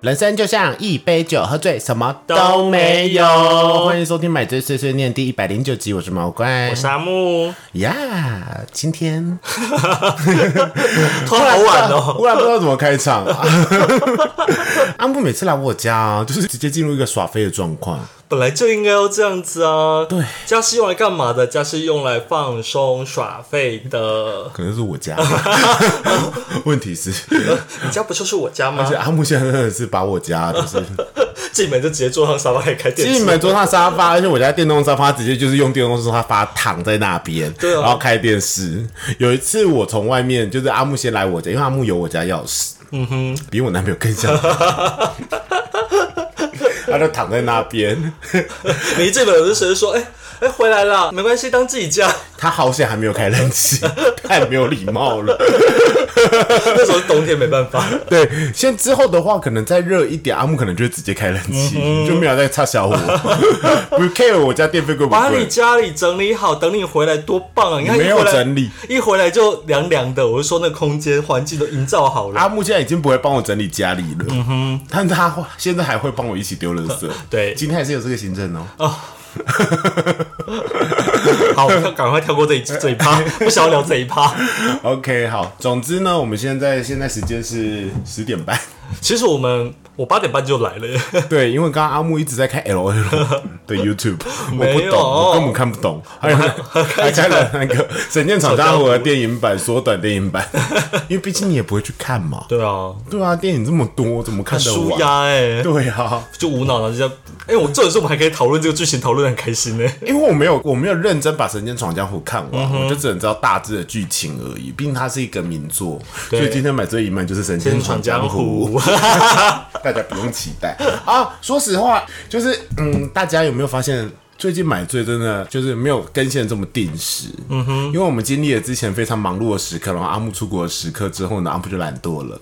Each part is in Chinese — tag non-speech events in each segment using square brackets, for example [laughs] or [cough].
人生就像一杯酒，喝醉什么都都没没有有。欢迎收听《买醉碎碎念》第一百零九集，我是毛怪我。沙漠，呀今 [laughs] 天头好晚哦。忽然不知道怎么开场、啊。 [laughs] 阿木每次来我家，就是直接进入一个耍飞的状况。本来就应该要这样子啊。对，家是用来干嘛的？家是用来放松耍废的。可能是我家， [laughs] 问题是，你家不就是我家而吗且？阿木现在真的是把我家就是进门就直接坐上沙发来开电视。进门桌上沙发，而且我家电动沙发直接就是用电动沙发躺在那边，对啊然后开电视。有一次我从外面，就是阿木先来我家，因为阿木有我家钥匙，嗯哼，比我男朋友更 [laughs] 像。他就躺在那边，你一进门就直接说：“哎、哎、回来啦，没关系，当自己家。他好险还没有开冷气，太没有礼貌了。” [laughs] 那时候冬天没办法，对，先之后的话，可能再热一点，阿木可能就会直接开冷气，嗯就没有再插小火， [laughs] 不 care 我家电费贵不 [laughs] 把你贵。家里整理好，等你回来多棒啊！你看一没有回来整理，一回来就凉凉的。我就说那空间环境都营造好了。阿木现在已经不会帮我整理家里了，嗯哼，但他会现在还会帮我一起丢垃圾。对今天还是有这个行政哦。好，我赶快跳过这一这一 [laughs] 趴，不想要聊这一趴。 OK，好，总之呢，我们现在现在时间是十点半。其实我们我八点半就来了耶，对，因为刚刚阿木一直在开 L O L 的 YouTube，我没不有懂，我根本看不懂，还有还开了那个《神剑闯江湖》的电影版、缩短电影版，因为毕竟你也不会去看嘛。对啊，对啊，电影这么多，怎么看得舒完？压哎，对啊，就无脑的就这样。哎、我这种时候我们还可以讨论这个剧情，讨论得很开心呢。 [laughs] 因为我没有我没有认真把《神剑闯江湖》看完，我就只能知道大致的剧情而已。毕竟它是一个名作，所对以今天买这一漫就是《神剑闯江湖》。， [laughs] 大家不用期待啊。说实话，就是嗯，大家有没有发现？最近买醉真的就是没有更新的这么定时，嗯哼，因为我们经历了之前非常忙碌的时刻，然后阿木出国的时刻之后呢，阿木就懒惰了，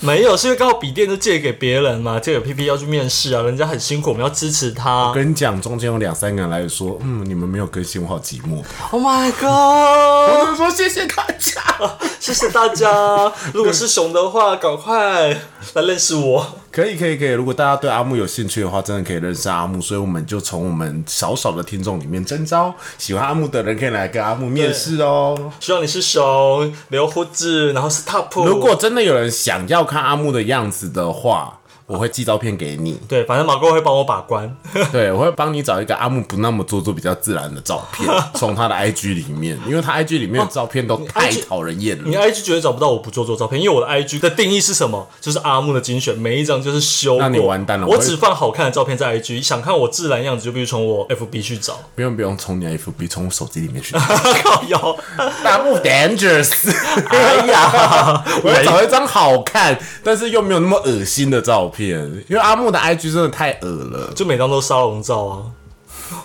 没有，是因为刚好笔电就借给别人嘛，借给 P P 要去面试啊，人家很辛苦，我们要支持他。跟你讲，中间有两三个人来说，嗯，你们没有更新，我好寂寞。 Oh my god！ [laughs] [laughs] 我就说谢谢大家，谢谢大 [laughs] 家，如果是熊的话，赶快来认识我。可以可以可以。如果大家对阿木有兴趣的话，真的可以认识阿木，所以我们就从我们少少的听众里面征招，喜欢阿木的人可以来跟阿木面试哦。希望你是熊，留胡子，然后是 top。如果真的有人想要看阿木的样子的话，我会寄照片给 [laughs]。你对，反正马哥会帮我把关。对，我会帮你找一个阿木不那么做作、比较自然的照片，从他的 IG 里面，因为他 IG 里面的照片都太 IG 讨人厌你了。 IG 绝对找不到我不做作照片，因为我的 IG 的定义是什么？就是阿木的精选，每一张就是修过。那你完蛋了我我会只放好看的照片在 IG，想看我自然样子就必须从我 FB 去找。 [laughs] 不用不用，从你的 FB 从我手机里面去。靠腰，大木 [laughs] dangerous，哎呀， [laughs] 我要找一张好看，但是又没有那么恶心的照片，因为阿木的 IG 真的太恶了。就每张都沙龙照啊，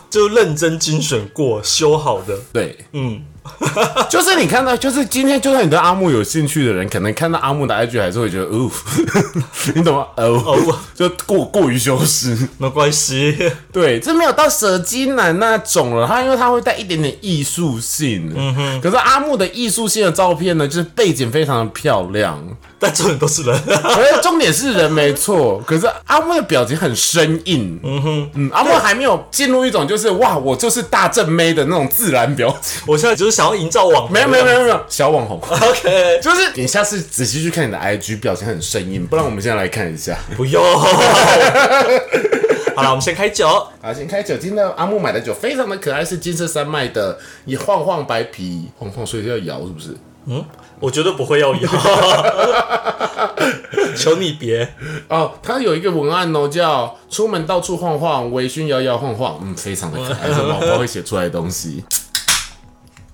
就认真精选过修好的。对， [laughs] 嗯，就是你看到，就是今天，就算你对阿木有兴趣的人，可能看到阿木的 IG 还是会觉得，哦， [laughs] 你懂吗？哦哦， [laughs] 就过过于修饰。没关系， [laughs] 对，这没有到蛇精男那种了，他因为他会带一点点艺术性。嗯哼，可是阿木的艺术性的照片呢，就是背景非常的漂亮。但这种都是人， [laughs] 可是重点是人没错，可是阿木的表情很生硬。嗯哼，嗯，阿木还没有进入一种就是哇，我就是大正妹的那种自然表情。我现在只是想要营造网红没有没有没有没有，小网红。 OK，就是你下次仔细去看你的 IG，表情很生硬，不然我们现在来看一下。不用。 [laughs] 好了，我们先开酒。 [laughs] 好，先开酒精的阿木买的酒非常的可爱，是金色山脉的，以晃晃白啤，晃晃所以要摇是不是？我绝对不会要摇， [laughs] 求你别。哦，它有一个文案哦，叫“出门到处晃晃，微醺摇摇晃晃”，嗯，非常的可爱，是老包会写出来的东西。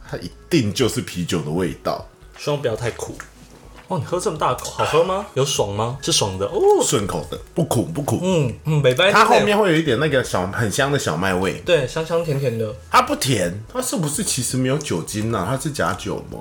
它一定就是啤酒的味道，希望不要太苦。哦，你喝这么大口，好喝吗？有爽吗？是爽的哦。顺口的，不苦不苦。嗯嗯，美白。它后面会有一点那个小很香的小麦味，对香香甜甜的。它不甜，它是不是其实没有酒精啊呢、它是假酒吗？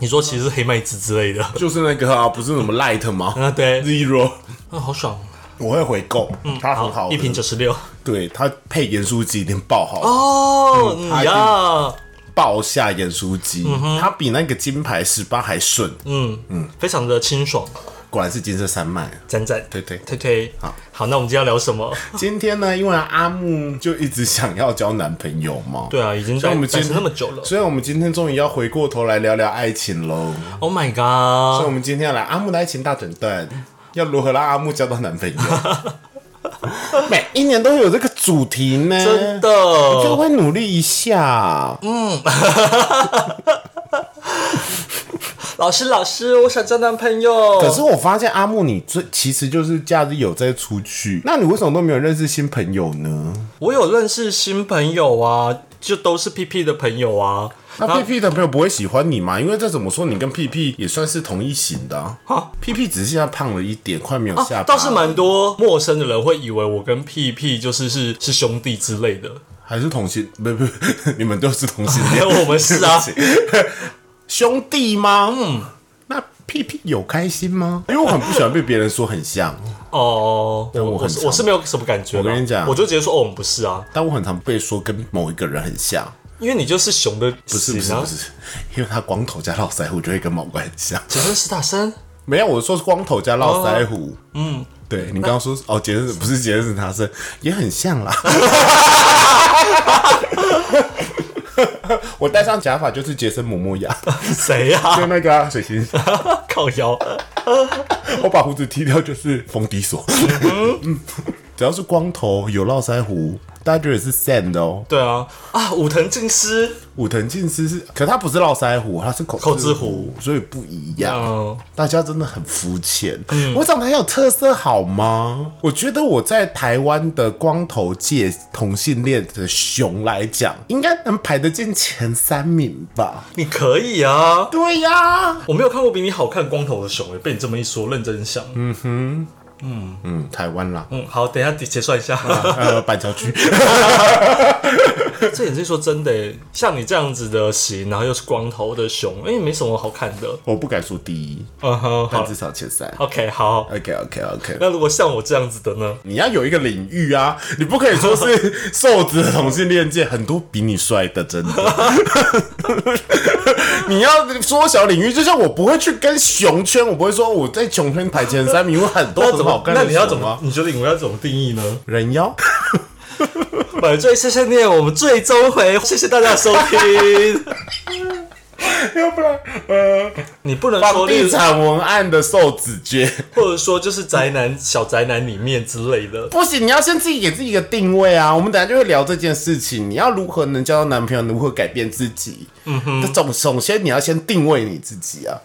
你说其实是黑麦汁之类的就是那个啊，不是什么 light 吗 [laughs] 啊？对， ？Zero，啊好爽，我会回购，它很嗯好喝，一瓶九十六。对它配盐酥鸡一定爆好喝哦嗯它一定呀，爆下嗯盐酥鸡，它比那个金牌十八还顺。嗯嗯，非常的清爽。果然是金色山脉。啊赞赞推推推推，好好，那我们今天要聊什 [laughs] 么？ [laughs] 今天呢，因为阿木就一直想要交男朋友嘛，对啊，已经所以在我们今单天身那么久了。所以我们今天终于要回过头来聊聊爱情喽。 Oh my 所以我 god！们今天要来阿木的爱情大诊断，要如何让阿木交到男 [laughs] 朋友？每一年都会有这个主题呢，真我就的，嗯会努力一下。老师老师，我想交男朋友。可是我发现阿木，你最其实就是假日有在出去，那你为什么都没有认识新朋友呢？我有认识新朋友啊，就都是 PP 的朋友啊。那屁屁的朋友不会喜欢你吗？因为这怎么说，你跟屁屁也算是同一型的啊。啊屁屁只是现在胖了一点，快没有下巴、哦倒是蛮多陌生的人会以为我跟 PP 就是是是兄弟之类的，还是同性，不 [laughs] 不，你们都是同性恋， [laughs] 我们是啊对不起 [laughs] 兄弟吗？嗯，那屁屁有开心吗？因为我很不喜欢被别人说很像，哦、我我我很是常我是没有什么感觉啦，我跟你讲我就直接说哦，我们不是啊，但我很常被说跟某一个人很像，因为你就是熊的啊不不是不是不是，因为他光头加络腮胡就会跟某个人很像。请问史塔森，没有，我说是光头加络腮胡。嗯，对你刚刚说哦，杰森不是杰森，他是也很像啦。我戴上假发就是杰森·摩摩亚，谁呀、就那个、啊、水星。啊？ [laughs] 靠腰，我把胡子剃掉就是封底锁。嗯，只要是光头有络腮胡，大家觉得是 Sam 的哦。对啊，啊，武藤敬司，武藤敬司是，可他不是络腮胡，他是口口字字胡，所以不一样。嗯大家真的很肤浅。我长得很有特色好吗？我觉得我在台湾的光头界同性恋的熊来讲，应该能排得进前三名吧？你可以啊，对呀、我没有看过比你好看光头的熊欸诶，被你这么一说，认真想，嗯嗯，台湾啦，嗯，好，等一下结算一下。呃，板桥区。 [laughs] 这也是说真的耶，像你这样子的型，然后又是光头的熊，哎、没什么好看的。我不敢说第一，嗯哼，但好至少前三。 ，OK，好。 OK OK OK，那如果像我这样子的呢？你要有一个领域啊，你不可以说 [laughs] 是瘦子的同性恋界很多比你帅的，真的。 [laughs] 你要缩小领域，就像我不会去跟熊圈，我不会说我在熊圈排前三名，因为很多那很怎好么？看的那你要熊怎么啊？？你觉得我要怎么定义呢？人妖？买醉谢谢念，我们最终回， [laughs] 谢谢大家的收听。 [laughs] 要不然呃，你不能说房例地如，产文案的瘦子圈，或者说就是宅男小宅男里面之类的。不行，你要先自己给自己一个定位啊。我们等一下就会聊这件事情，你要如何能交到男朋友，如何改变自己。嗯哼，总首先你要先定位你自己啊。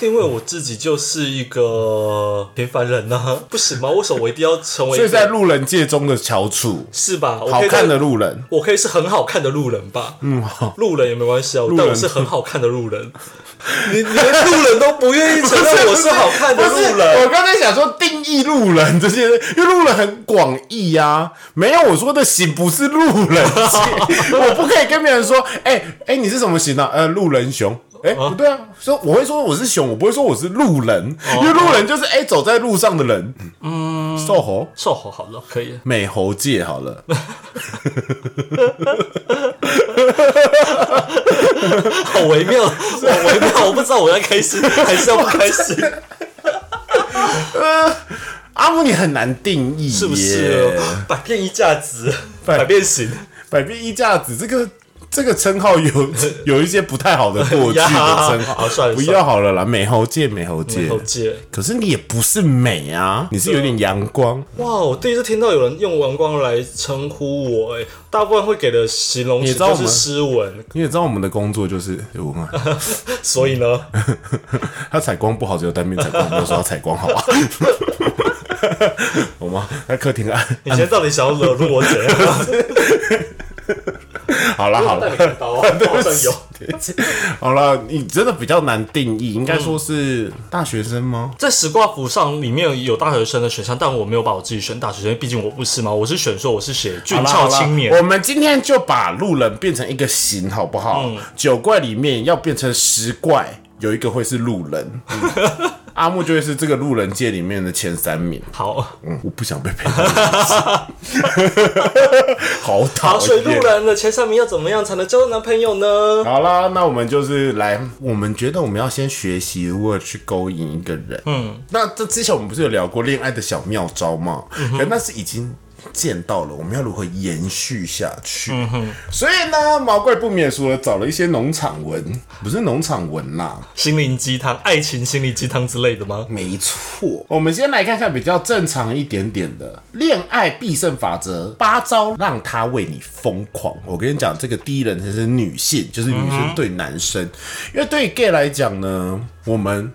定位我自己就是一个平凡人呢、不行吗？为什么我一定要成为一所个？以在路人界中的翘楚，是吧？我好可以在看的路人，我可以是很好看的路人吧？嗯，路人也没关系啊，人但我是很好看的路人。 [laughs] 你你连路人都不愿意承认我是好看的不是路人，我刚才想说定义路人这些，因为路人很广义啊。没有我说的型不是路人 [laughs] 型，我不可以跟别人说，哎、哎、你是什么型啊？呃，路人熊。哎、哦不对啊，所以我会说我是熊，我不会说我是路人，哦因为路人就是哎、走在路上的人，嗯，瘦猴。瘦猴好了，可以。美猴界好了，好微妙，我微妙，我不知道我要开心 [laughs] 还是要不开心，阿木你很难定义，是不是？？百变一价值，百变型，百变衣架子这个这个称号有 [laughs] 有一些不太好的过去的称 [laughs] 呀号，好算了不要好了啦，美猴界美猴界。好姐。可是你也不是美啊，你是有点阳光，哇，我第一次听到有人用“王光”来称呼我、哎，大部分会给的形容你词知道就我是们斯文，你也知道我们的工作就是哎有文 [laughs] 案，所以呢，他采光不好，只有单边采光，没有说他采光 [laughs] 好啊，好吗？那客厅啊暗，你现在到底想要惹怒我怎样？好啦好带你啦。砍刀 [laughs] 啊， [laughs] 我好像有。 [laughs] 好了，你真的比较难定义，应该说嗯是大学生吗？在十挂服上里面有大学生的选项，但我没有把我自己选大学生，毕竟我不是嘛，我是选说我是写俊好啦俏好啦青年。我们今天就把路人变成一个形，好嗯 [laughs] 不好？九怪里面要变成十怪，有一个会是路人。阿木就会是这个路人界里面的前三名。好，嗯，我不想被 [laughs] [laughs] 配到路人界好讨好，水路厌。人的前三名要怎么样才能交到男朋友呢？好啦，那我们就是来，我们觉得我们要先学习如何去勾引一个人。嗯，那这之前我们不是有聊过恋爱的小妙招吗？可那是已经。见到了，我们要如何延续下去？所以呢，毛怪不免俗的找了一些农场文，不是农场文啦，心灵鸡汤、爱情心灵鸡汤之类的吗？没错，我们先来看一下比较正常一点点的恋爱必胜法则八招，让他为你疯狂。我跟你讲，这个第一人称是女性，就是女生对男生，因为对于 gay 来讲呢，我们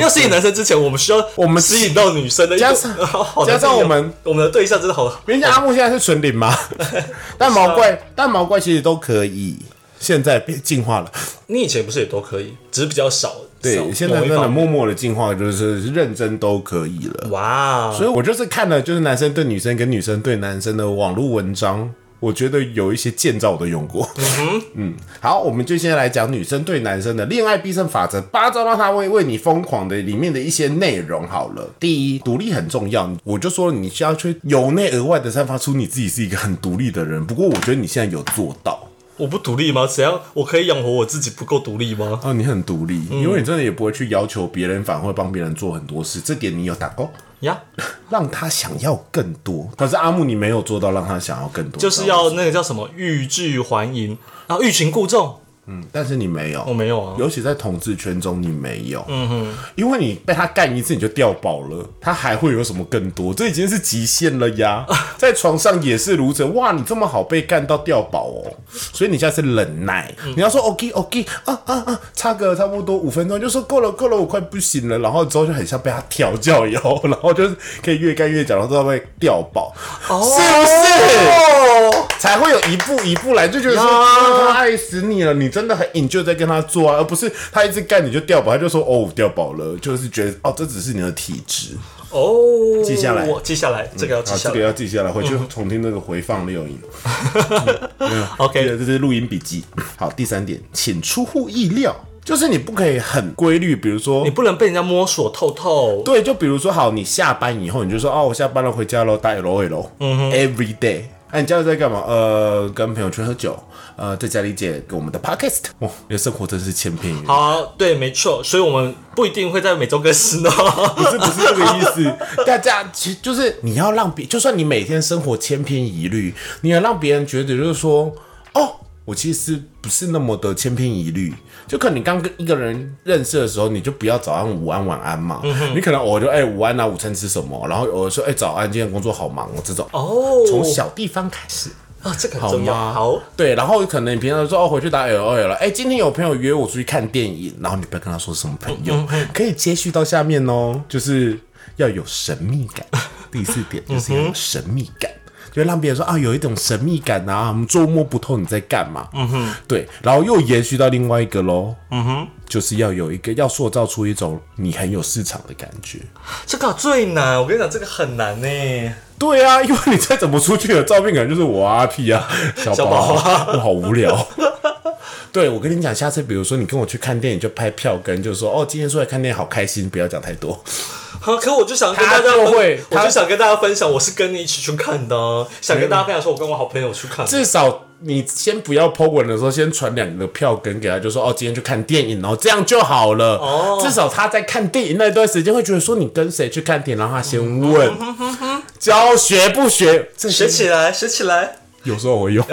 要吸引男生之前，我们需要我们吸引到女生的一种加上 [laughs] 好加难上听哦我们我们的对象真的好人家阿木现在是纯零 [laughs] 吗？但毛怪，但毛怪其实都可以，现在被进化了。你以前不是也都可以，只是比较少。少对，现在某一真的方面默默的进化，就是认真都可以了。哇，所以我就是看了就是男生对女生跟女生对男生的网络文章，我觉得有一些建造我都用过。嗯好，我们就先来讲女生对男生的恋爱必胜法则八招，让他会为你疯狂的里面的一些内容好了。第一，独立很重要，我就说你需要去由内而外的散发出你自己是一个很独立的人。不过我觉得你现在有做到。我不独立吗？只要我可以养活我自己，不够独立吗？哦，你很独立，因为你真的也不会去要求别人，反而会帮别人做很多事，这点你有打勾。呀，让他想要更多。可是阿木，你没有做到让他想要更多，就是要那个叫什么欲拒还迎，然后欲擒故纵。嗯，但是你没有，我没有啊，尤其在统治圈中，你没有，嗯哼，因为你被他干一次你就掉宝了，他还会有什么更多？这已经是极限了 [laughs] 呀，在床上也是如此。哇，你这么好被干到掉宝哦，所以你下次忍耐，你要说 OK OK 啊啊啊，差个差不多五分钟，就说够了够了，我快不行了，然后之后就很像被他调教以后，然后就是可以越干越讲，然后到被掉宝，是不是？才会有一步一步来，就觉得说呀真的他爱死你了，你真的很 enjoy 在跟他做啊，而不是他一直干你就掉宝，他就说哦掉宝了，就是觉得哦这只是你的体质。哦，记下来我记下来，这个要记好，下这个来。要记下来，回去重听那个回放录音。 OK，这是录音笔记。好，第三点，请出乎意料，就是你不可以很规律，比如说你不能被人家摸索透透。对，就比如说，好，你下班以后你就说，哦，我下班了，回家喽，打 L O L，嗯 e v e r y day。哎、你家里在干嘛？呃，跟朋友去喝酒，呃，在家里剪我们的 podcast。哇，你的生活真是千篇一律。好，对，没错，所以我们不一定会在每周更新哦。不是不是这个意思，大家其实就是你要让别，就算你每天生活千篇一律，你要让别人觉得就是说，哦，我其实不是那么的千篇一律。就可能你刚跟一个人认识的时候，你就不要早安、午安、晚安嘛。你可能偶尔就哎、午安啊，午餐吃什么？然后偶尔说哎、早安，今天工作好忙 [laughs] 哦，这种。哦，从小地方开始，啊，这个很好重要。吗？好，，对，然后可能你平常说哦，回去打 L O L，哎、今天有朋友约我出去看电影，然后你不要跟他说是什么朋友，可以接续到下面哦，就是要有神秘感。第四点就是要有神秘感。就让别人说啊，有一种神秘感啊，我们捉摸不透你在干嘛。嗯哼，对，然后又延续到另外一个喽。嗯哼，就是要有一个要塑造出一种你很有市场的感觉。这个最难，我跟你讲，这个很难呢。对啊， [laughs] 因为你再怎么出去的照片可能就是我啊、屁 [laughs] 啊、小小宝宝啊，我好无聊。对，我跟你讲，下次比如说你跟我去看电影，就拍票根，就说哦，今天出来看电影好开心，不要讲太 [laughs] 多。好，可我就想跟他大家就分会我他就想跟大家分享，我是跟你一起去看的啊、想跟大家分享说，我跟我好朋友去看。至少你先不要 po 文的时候，先传两个票根给他，就说哦，今天去看电影哦，这样就好了。哦，至少他在看电影那段时间会觉得说你跟谁去看电影，然后他先问，教学不学，这些学起来，学起来。有时候我会用。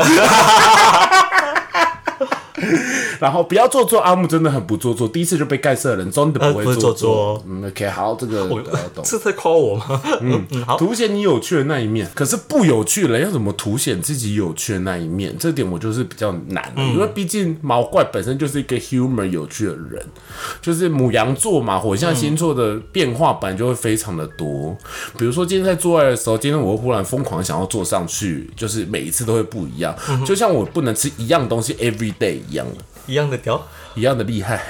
然后不要做作，阿木真的很不做作，第一次就被干涉的人真的不呃不会是作做作。嗯，OK，好，这个我懂。这在夸我吗？ [laughs] 嗯嗯，好。凸显你有趣的那一面，可是不有趣了，要怎么凸显自己有趣的那一面？这点我就是比较难了，因为毕竟毛怪本身就是一个 humor 有趣的人，就是母羊座嘛，火象星座的变化本来就会非常的多。比如说今天在做爱的时候，今天我会忽然疯狂想要坐上去，就是每一次都会不一样，就像我不能吃一样东西 every day 一样，一样的屌。一样的厉害，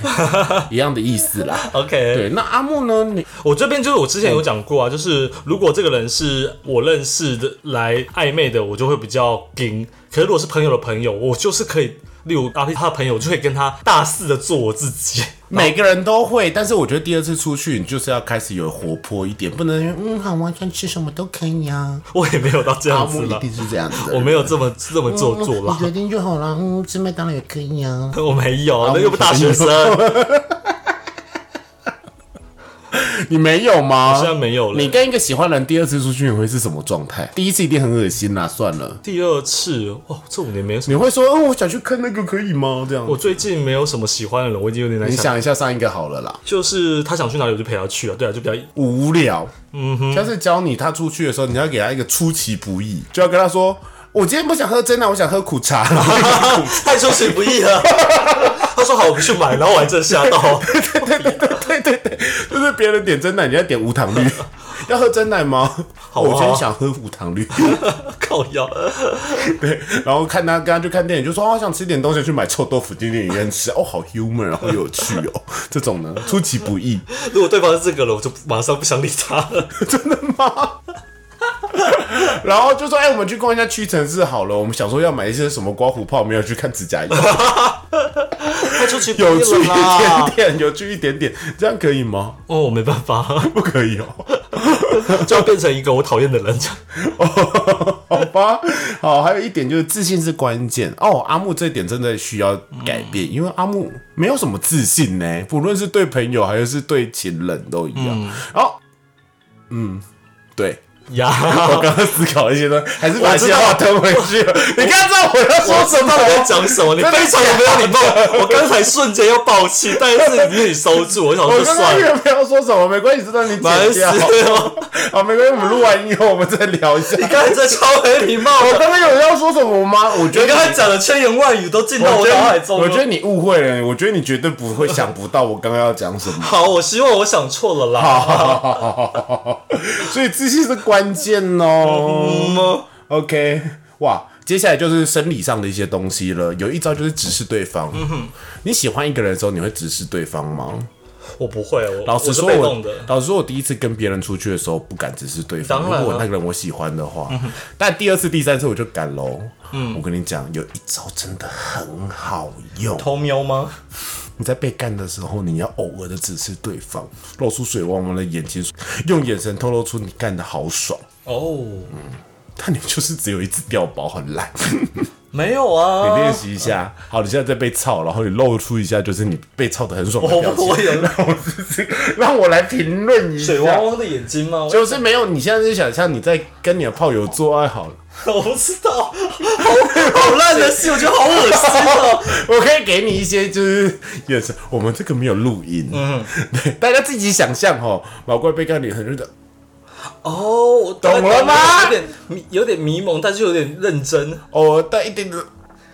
一样的意思啦。 OK，对，那阿木呢？你我这边就是我之前有讲过啊，就是如果这个人是我认识的来暧昧的，我就会比较硬；可是如果是朋友的朋友，我就是可以例如阿 P 他的朋友就会跟他大肆的做我自己。 [laughs] 每个人都会，但是我觉得第二次出去，你就是要开始有活泼一点，不能因为嗯，好，我想吃什么都可以啊。我也没有到这阿样木子一了，定是这样子的人，我没有这么这么做作你啦，决定就好了，嗯，吃麦当劳也可以啊。 [laughs] 我没有，那又不大学生。你没有吗？好像没有了你跟一个喜欢的人第二次出去，你会是什么状态？第一次一定很恶心啦、算了。 [laughs] 第二次，哇，这五年没有什么。你会说，嗯，我想去看那个，可以吗？这样我，最近没有什么喜欢的人，我已经有点难你想。想一下上一个好了啦，就是他想去哪里，我就陪他去啊。对啊，就比较无聊。嗯哼，下次教你他出去的时候，你要给他一个出其不意，就要跟他说，我今天不想喝真奶，我想喝苦 [laughs] 茶。 [laughs] 太出其不意了。 [laughs] 他说好，我们去买，然后我还真吓到。 [laughs] 对对对，就是别人点真奶，你要点无糖 [laughs] 绿。要喝真奶吗？好啊我今天想喝无糖绿。 [laughs] 靠腰，对，然后看他跟他去看电影，就说哦，想吃点东西，去买臭豆腐进电影院吃，哦，好 humor，然后有趣哦，这种呢，出其不意， [laughs] 如果对方是这个了，我就马上不想理他了。真的吗？ [laughs] 然后就说，哎、我们去逛一下屈臣氏好了，我们想说要买一些什么刮胡泡，没有去看指甲 [laughs] 油，太出其不有意趣了一点啦。点，有趣一点点，这样可以吗？哦，我没办法， [laughs] 不可以哦，就要变成一个我讨厌的人。 [laughs] [laughs] 好吧，好，还有一点就是自信是关键哦。阿木这一点真的需要改嗯变，因为阿木没有什么自信呢，不论是对朋友还是对情人都一样。然后，嗯， [laughs] 对。我呀，刚刚思考了一些东西，还是把我知些道话吞回去了。你刚刚知道我要 [laughs] 说我什知么道我在讲什么，你非常有没有 [laughs] 礼貌。我刚才瞬间要爆气，但是你自己收住，我想我说刚刚算也了，没有说什么，没关系，这段你烦剪死掉。了。 [laughs] 好，没关系，我们录完以后我们再聊一 [laughs] 下。你刚才真的超没礼貌我的，刚刚有要说什么吗？我觉得你刚才讲的千言万语都进到我我觉脑海得中我觉得了。你误会了，我觉得你绝对不会想不到我刚刚要讲什么。好，我希望我想错了啦。所以自信是关键哦。嗯， OK，哇，接下来就是生理上的一些东西了。有一招就是直视对方。嗯你喜欢一个人的时候，你会直视对方吗？我不会，我老实说我是被我动的，老实说，我第一次跟别人出去的时候不敢直视对方。当如然啊嗯果我那个人我喜欢的话，但第二次、第三次我就敢喽。我跟你讲，有一招真的很好用。偷瞄吗？你在被干的时候，你要偶尔的指示对方，露出水汪汪的眼睛，用眼神透露出你干的好爽。哦，但你就是只有一次掉包，很 [laughs] 烂。没有你练啊，习一下，好，你现在在被操，然后你露出一下，就是你被操的很爽的我表情。我有 [laughs] 让我自己，让我来评论一下水。汪汪的眼睛 [laughs] 吗？我就是没有，你现在就想象你在跟你的炮友做爱好了。 [laughs] 我不知道，好好烂的戏，我觉得好恶心哦。我可以给你一些就是眼神，我们这个没有录音，嗯， [laughs] 对，大家自己想象哦。毛怪被干脸很热的， [laughs] 哦，我大概懂了吗有点迷有点迷蒙，但是又有点认真。哦，带一点点，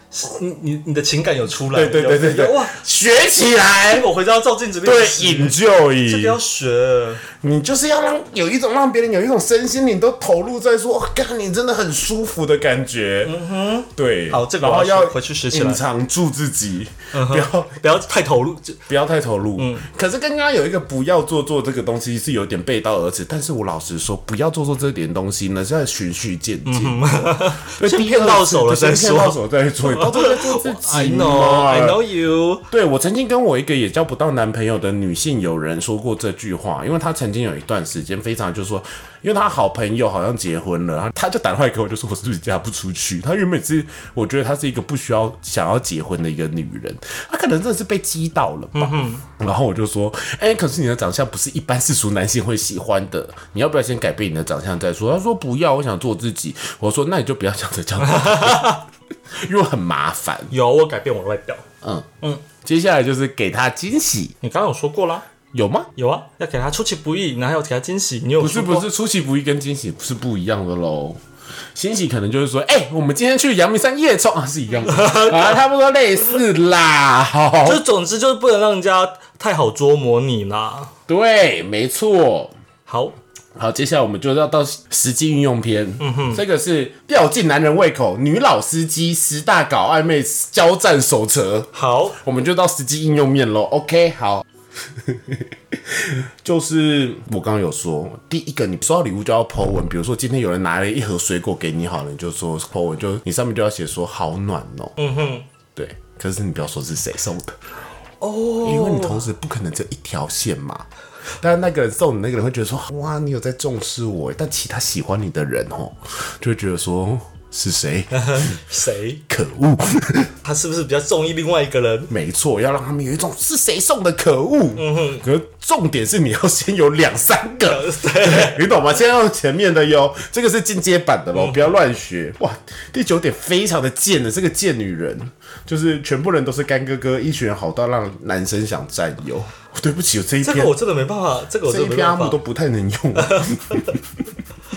是你你你的情感有出来，对对对对有有对哇！，学起来哎，，我回家要照镜子练对，习，引咎这个已要。学。你就是要让有一种让别人有一种身心灵都投入在说，哦干、你真的很舒服的感觉。嗯哼，对，好这个然后我要要回去学起来隐藏住自己，嗯不要不要太投入，这不要太投入。嗯可是刚刚有一个不要做作这个东西是有点背道而驰，但是我老实说，不要做作这点东西呢是要循序渐进。对嗯先第骗二到次手了对再先骗说到手再 [laughs] 说，你到最后再做自 I 己 know 嘛 I know you。对我曾经跟我一个也交不到男朋友的女性友人说过这句话，因为她曾经有一段时间非常就说，因为她好朋友好像结婚了，然后她就打电话给我，就说我是不是嫁不出去？她原本是我觉得她是一个不需要想要结婚的一个女人，她可能真的是被激到了吧。然后我就说，哎、可是你的长相不是一般世俗男性会喜欢的，你要不要先改变你的长相再说？她说不要，我想做自己。我说那你就不要想着这样，因为很麻烦。有我改变我的外表，嗯，嗯，接下来就是给他惊喜，你刚刚有说过啦，有吗？有啊，要给他出其不意，然后要给他惊喜。你有不是说过不是，出其不意跟惊喜不是不一样的喽。惊喜可能就是说，哎、我们今天去阳明山夜冲 [laughs] 啊，是一样的啊，差不多类似 [laughs] 啦。好，就总之就是不能让人家太好捉摸你啦。对，没错。好，好，接下来我们就要到实际运用篇。嗯哼，这个是吊尽男人胃口，女老司机十大搞暧昧交战手册。好，我们就到实际应用面喽。OK，好， [laughs] 就是我刚刚有说，第一个你收到礼物就要 Po 文，比如说今天有人拿了一盒水果给你，好了，你就说 Po 文，就你上面就要写说好暖哦、嗯哼，对。可是你不要说是谁送的，哦，因为你同时不可能只有一条线嘛。但那个人送你，那个人会觉得说：“哇，你有在重视我。”但其他喜欢你的人哦，就会觉得说哦是谁？ [laughs] 谁？可恶！他是不是比较中意另外一个人？没错，要让他们有一种是谁送的可恶。嗯哼。可是重点是你要先有两三个， [laughs] 对，你懂吗？先要前面的哟，这个是进阶版的喽，嗯不要乱学。哇，第九点非常的贱的，这个贱女人就是全部人都是干哥哥，一群人好到让男生想占有。哦对不起，我这一这篇个我真的没办法，这个我这真一的没篇阿办木法都，不太能用、啊，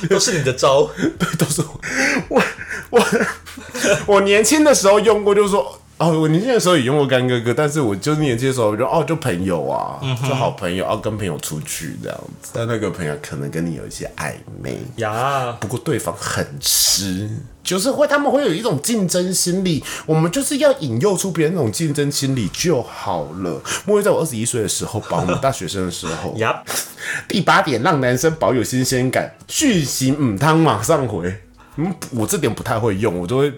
都是你的招。对， [laughs] 都是我我我我年轻的时候用过，就是说哦，我年轻的时候也用过干哥哥，但是我就是年轻的时候我就哦，就朋友啊，就好朋友，哦，跟朋友出去这样子，但那个朋友可能跟你有一些暧昧， [laughs] 呀，不过对方很吃，就是会他们会有一种竞争心理，我们就是要引诱出别人那种竞争心理就好了。莫非在我二十一岁的时候，把我们大学生的时候呀，第八点，让男生保有新鲜感，剧情嗯汤马上回。嗯，我这点不太会用，我都会，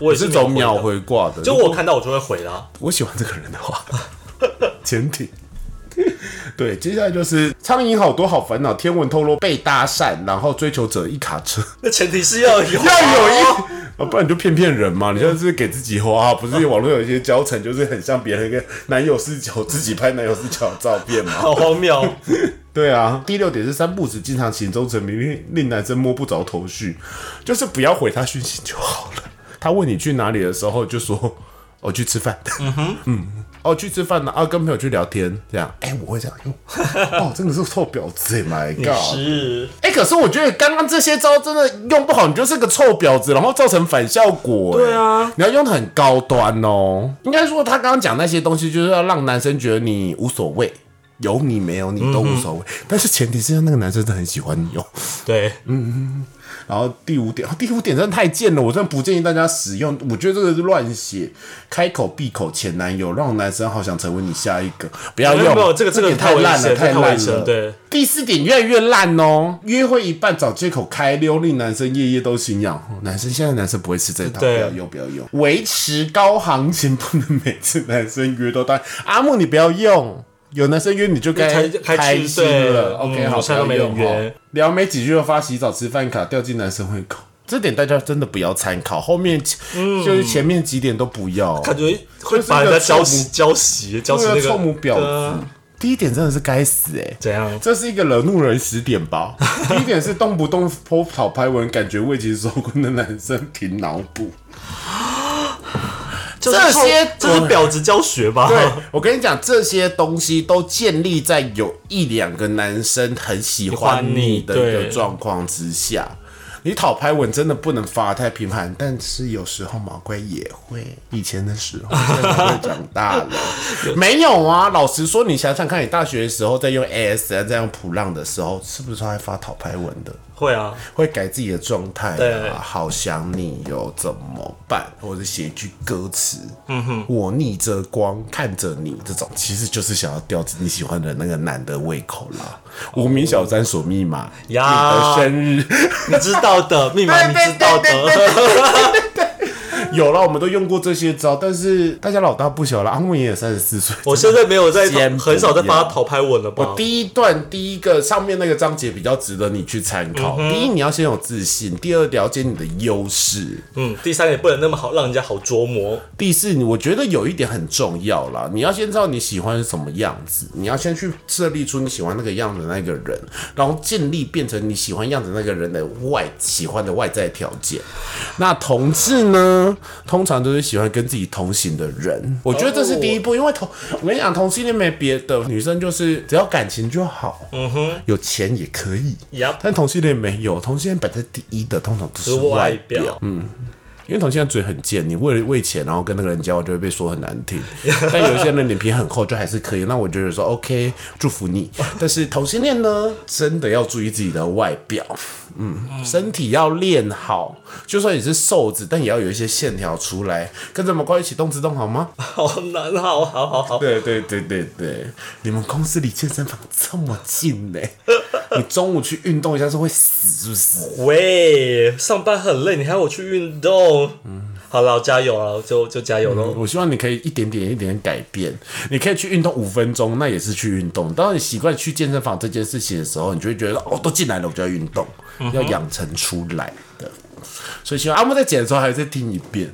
我也是是走秒秒回回挂的。就我看到我就会回啦。我喜欢这个人的话， [laughs] 前提。对，接下来就是苍蝇好多好烦恼，天文透露被搭讪，然后追求者一卡车，那前提是要有要有一，哦啊，不然你就骗骗人嘛，你现在是给自己花，不是网络有一些教程，就是很像别人跟男友视角自己拍男友视角的照片嘛。好荒谬。对啊，第六点是三不子经常行踪成迷，令令男生摸不着头绪，就是不要回他讯息就好了。他问你去哪里的时候，就说哦去吃饭，嗯哼， [laughs] 嗯，哦去吃饭呢，啊跟朋友去聊天，这样，哎、我会这样用， [laughs] 哦真的是臭婊子欸，My 你 God！是哎、可是我觉得刚刚这些招真的用不好，你就是个臭婊子，然后造成反效果、哎对啊，你要用的很高端哦。应该说，他刚刚讲那些东西，就是要让男生觉得你无所谓，嗯有你没有你都无所谓。但是前提是要那个男生真的很喜欢你哦。对，然后第五点，啊第五点真的太贱了，我真的不建议大家使用。我觉得这个是乱写，开口闭口前男友，让男生好想成为你下一个，不要没用。有没有这个这个点太烂了，太太危险这个太危烂险了。对，第四点越来越烂哦，约会一半找借口开溜，令男生夜夜都心痒。男生现在男生不会吃这一套，不对要用，不要用。维持高行情，不能每次男生约都当阿木，你不要用。有男生约你就该开开开心对了，OK，嗯好，我现在都没有不要用哦约聊没几句就发洗澡吃饭卡，掉进男生胃口。这点大家真的不要参考，后面、嗯就是前面几点都不要、感觉会就是把人那家个臭浇洗母浇洗浇洗那那个个嗯臭母婊对啊子。第一点真的是该死哎、怎样？这是一个惹怒人十点吧。第一点是动不动剖草拍文，感觉为情所困的男生凭脑补。这这些这是婊子教学吧？对，我跟你讲，这些东西都建立在有一两个男生很喜欢你的一喜欢个你对状况之下。你讨拍文真的不能发太频繁，但是有时候毛怪也会。以前的时候，现在会长大了，没有啊。老实说，你想想看，你大学的时候在用 ASN 在用普浪的时候，是不是还发讨拍文的？ [laughs] 会啊，会改自己的状态、对啊，好想你哟，怎么办？或者写一句歌词，嗯哼，我逆着光看着你，这种其实就是想要吊你喜欢的那个男的胃口啦。无名小站锁密码，呀你的生 [laughs] 日你知道 [laughs] 的密码，你知道的。有了，我们都用过这些招，但是大家老大不小了，阿木也三十四岁，我现在没有在先不很少在要发淘拍文了吧？第一段第一个上面那个章节比较值得你去参考。嗯第一，你要先有自信；第二，了解你的优势。嗯，第三也不能那么好，让人家好捉摸。第四，我觉得有一点很重要啦，你要先知道你喜欢什么样子，你要先去设立出你喜欢那个样子的那个人，然后建立变成你喜欢样子那个人的外喜欢的外在条件。那同志呢，通常都是喜欢跟自己同行的人，我觉得这是第一步，因为同我跟你讲，同性恋没别的，女生就是只要感情就好，嗯哼，有钱也可以。呀，但同性恋没有，同性恋摆在第一的通常都是是外外表，嗯表，因为同性恋嘴很贱，你为了为钱然后跟那个人交往，就会被说很难听。 [laughs] 但有一些人脸皮很厚，就还是可以。那我觉得说 OK，祝福你。但是同性恋呢，真的要注意自己的外表，嗯，身体要练好。就算你是瘦子，但也要有一些线条出来，跟着毛怪一起动自动好吗？好难，好好好好。对对对对对，你们公司离健身房这么近呢、你中午去运动一下是会死是不是？嗯喂，上班很累，你还要我去运动？好了，加油啊，就就加油喽、我希望你可以一点点一点点改变，你可以去运动五分钟，那也是去运动。当你习惯去健身房这件事情的时候，你就会觉得哦，都进来了，我就要运动，要养成出来的。所以希望阿木在剪的时候还会再听一遍，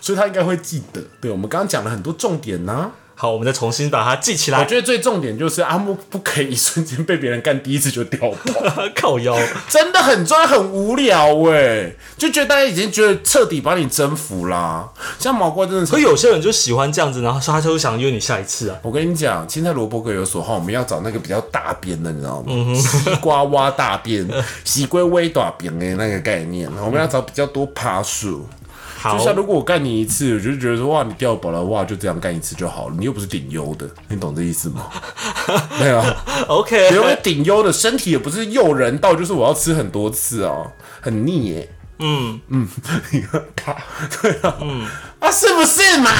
所以他应该会记得。对我们刚刚讲了很多重点呢、好，我们再重新把它记起我来。觉得最重点就是阿木不可以一瞬间被别人干第一次就掉包，靠腰，真的很重要，很无聊哎、就觉得大家已经觉得彻底把你征服啦。像毛怪真的是 [laughs] 可有些人就喜欢这样子，然后他就想约你下一次啊。我跟你讲，青菜萝卜各有所好，我们要找那个比较大便的，你知道吗？西瓜挖大便，西龟微大便的那个概念，我们要找比较多爬树。好就，像如果我干你一次，我就觉得说哇，你掉宝了，哇，就这样干一次就好了，你又不是顶优的，你懂这意思吗？没有，因为 OK，顶优的身体也不是诱人到，就是我要吃很多次哦，很腻耶。 [laughs] 嗯嗯，你看他，对啊，嗯啊，是不是嘛？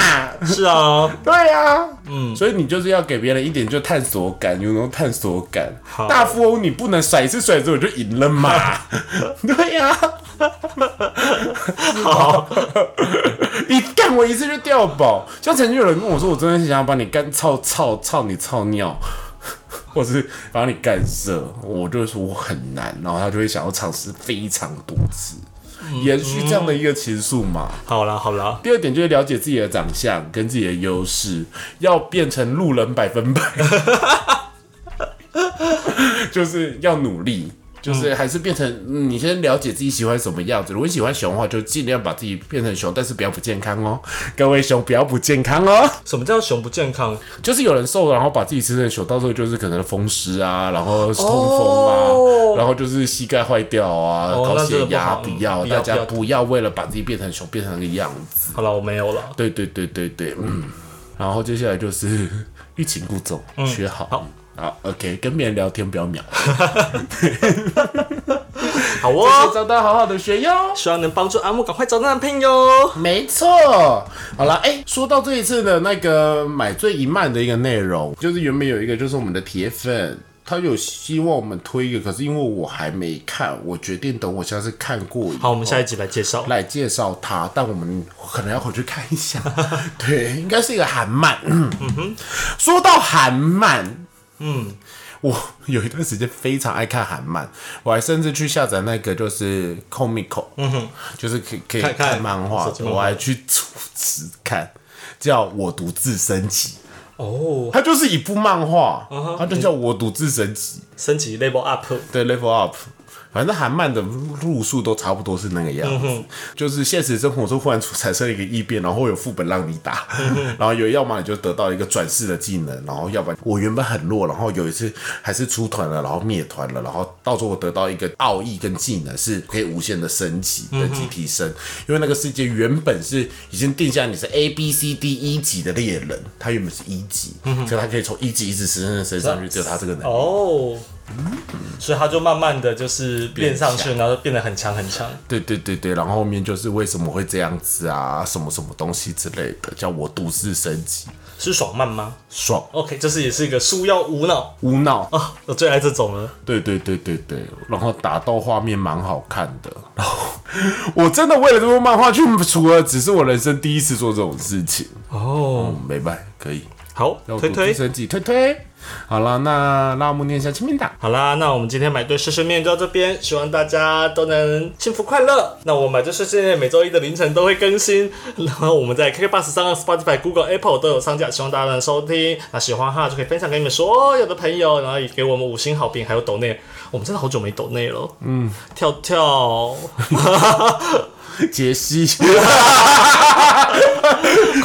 是啊， [laughs] 对啊，嗯，所以你就是要给别人一点就探索感，有那种探索感。好大富翁你不能甩一次甩之后我就赢了嘛？ [laughs] 对呀、好，你干我一次就掉宝。像曾经有人跟我说，我真的很想要把你干操操操你操尿， [laughs] 或是把你干射，我就说我很难，然后他就会想要尝试非常多次，嗯延续这样的一个情愫嘛。好啦，好啦，第二点就是了解自己的长相跟自己的优势，要变成路人百分百， [laughs] 就是要努力。就是还是变成、嗯你先了解自己喜欢什么样子。如果你喜欢熊的话，就尽量把自己变成熊，但是不要不健康哦，各位熊不要不健康哦。什么叫熊不健康？就是有人瘦了，然后把自己吃成熊，到时候就是可能风湿啊，然后痛风啊，哦然后就是膝盖坏掉啊，哦高那血真的不压好不嗯要，不要大家不要不要为了把自己变成熊变成那个样子。好了，我没有了。对对对对对，嗯。然后接下来就是 [laughs] 欲擒故纵，学好。嗯好好，OK，跟别人聊天不要秒，好我哦，找到好好的学哟。希望能帮助阿木赶快找到男朋友。没错，好了，哎、说到这一次的那个买醉一漫的一个内容，就是原本有一个就是我们的铁粉，他有希望我们推一个，可是因为我还没看，我决定等我下次看过以后好，我们下一集来介绍。来介绍他，但我们可能要回去看一下。 [laughs] 对，应该是一个韩漫。嗯说到韩漫，嗯，我有一段时间非常爱看韩漫，我还甚至去下载那个就是 Comico，嗯哼，就是可以可以看看看漫画手机的，漫画我还去主持看，叫我独自升级。哦，它就是一部漫画，它就叫我独自升级，升级 level up，对，level up。反正韩漫的路数都差不多是那个样子，就是现实生活中忽然出产生了一个异变，然后会有副本让你打，然后有要么你就得到一个转世的技能，然后要不然我原本很弱，然后有一次还是出团了，然后灭团了，然后到时候我得到一个奥义跟技能是可以无限的升级等级提升，因为那个世界原本是已经定下你是 A B C D 一级的猎人，他原本是一级，所以他可以从一级一直升升升上去，只有他这个能力。哦，所以他就慢慢的就是变上去，变然后变得很强很强。对对对对，然后后面就是为什么会这样子啊，什么什么东西之类的，叫我独自升级，是爽漫吗爽？OK，这是也是一个书要无脑无脑。啊，我最爱这种了。对对对对对，然后打斗画面蛮好看的。然后我真的为了这部漫画去除了，只是我人生第一次做这种事情。哦，嗯，没办法，可以好，要我推独自推。升级，推推。好了，那让我们念一下签名档。好啦，那我们今天买对碎碎面就到这边，希望大家都能幸福快乐。那我们买对碎碎面每周一的凌晨都会更新，然后我们在 KKBox 上、Spotify、Google、Apple 都有上架，希望大家能收听。那喜欢的话就可以分享给你们所有的朋友，然后也给我们五星好评，还有抖内。我们真的好久没抖内了，嗯，跳跳，杰 [laughs] 西，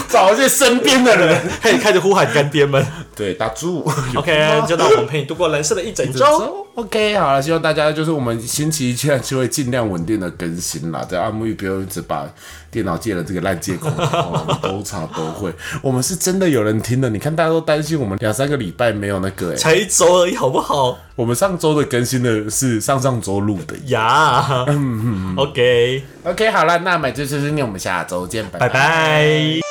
找一些身边的人，开始 [laughs] 开始呼喊干爹们。对，打住。 [laughs] OK，就让我们陪你度过人生的一整周。 OK，好了，希望大家就是我们星期一现在就会尽量稳定的更新啦。在阿木玉不要一直把电脑借了这个烂借口，哦我们都查都会。我们是真的有人听的，你看大家都担心我们两三个礼拜没有那个、欸，才一周而已，好不好我们上周的更新的是上上周录的。呀、o k 嗯 OK，好了，那买醉碎碎念，我们下周见，拜拜拜拜。